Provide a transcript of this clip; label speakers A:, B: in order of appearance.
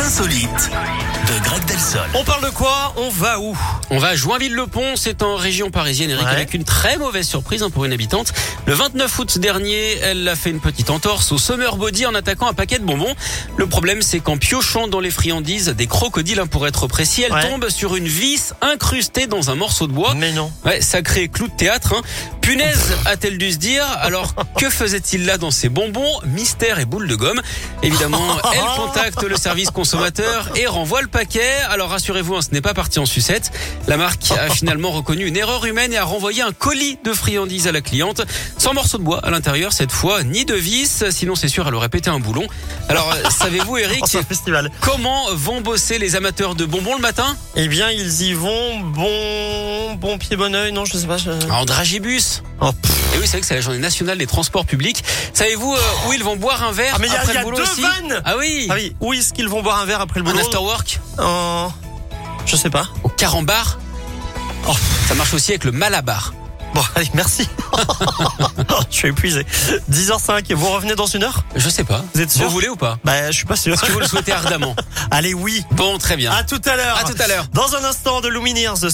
A: insolites de Greg Delsol.
B: On parle de quoi On va où
C: On va à Joinville-le-Pont, c'est en région parisienne, Eric,
B: Ouais.
C: avec une très mauvaise surprise hein, pour une habitante. Le 29 août dernier, elle a fait une petite entorse au summer body en attaquant un paquet de bonbons. Le problème, c'est qu'en piochant dans les friandises des crocodiles, hein, pour être précis, elle
B: Ouais.
C: tombe sur une vis incrustée dans un morceau de bois.
B: Mais non.
C: Ouais, sacré clou de théâtre. Hein. Punaise, a-t-elle dû se dire Alors, que faisait-il là dans ces bonbons Mystère et boule de gomme. Évidemment, elle contacte le service consommateur et renvoie le paquet. Alors, rassurez-vous, hein, ce n'est pas parti en sucette. La marque a finalement reconnu une erreur humaine et a renvoyé un colis de friandises à la cliente. Sans morceau de bois à l'intérieur, cette fois, ni de vis. Sinon, c'est sûr, elle aurait pété un boulon. Alors, euh, savez-vous, Eric,
B: Oh, c'est un festival.
C: comment vont bosser les amateurs de bonbons le matin
B: Eh bien, ils y vont. Bon, bon pied, bon oeil. Non, je sais pas. je-
C: En dragibus.
B: Oh, pff.
C: Et oui, c'est vrai que c'est la journée nationale des transports publics. Savez-vous euh, où ils vont boire un verre
B: Ah, mais il y a-
C: après
B: il y a
C: le boulot
B: deux
C: aussi
B: vannes
C: Ah oui,
B: Ah oui. Où est-ce qu'ils vont boire un verre après le
C: un
B: boulot
C: afterwork
B: En- Je sais pas.
C: au carambar. Oh, ça marche aussi avec le malabar.
B: Bon, allez, merci. je suis épuisé. 10h05. Et vous revenez dans une heure
C: Je sais pas.
B: Vous êtes sûr
C: Vous voulez ou pas
B: Bah, je suis pas sûr.
C: Est-ce que vous le souhaitez ardemment
B: Allez, oui. Ah,
C: Bon, très bien.
B: À tout à l'heure.
C: À tout à l'heure.
B: Dans un instant de Lumineers sur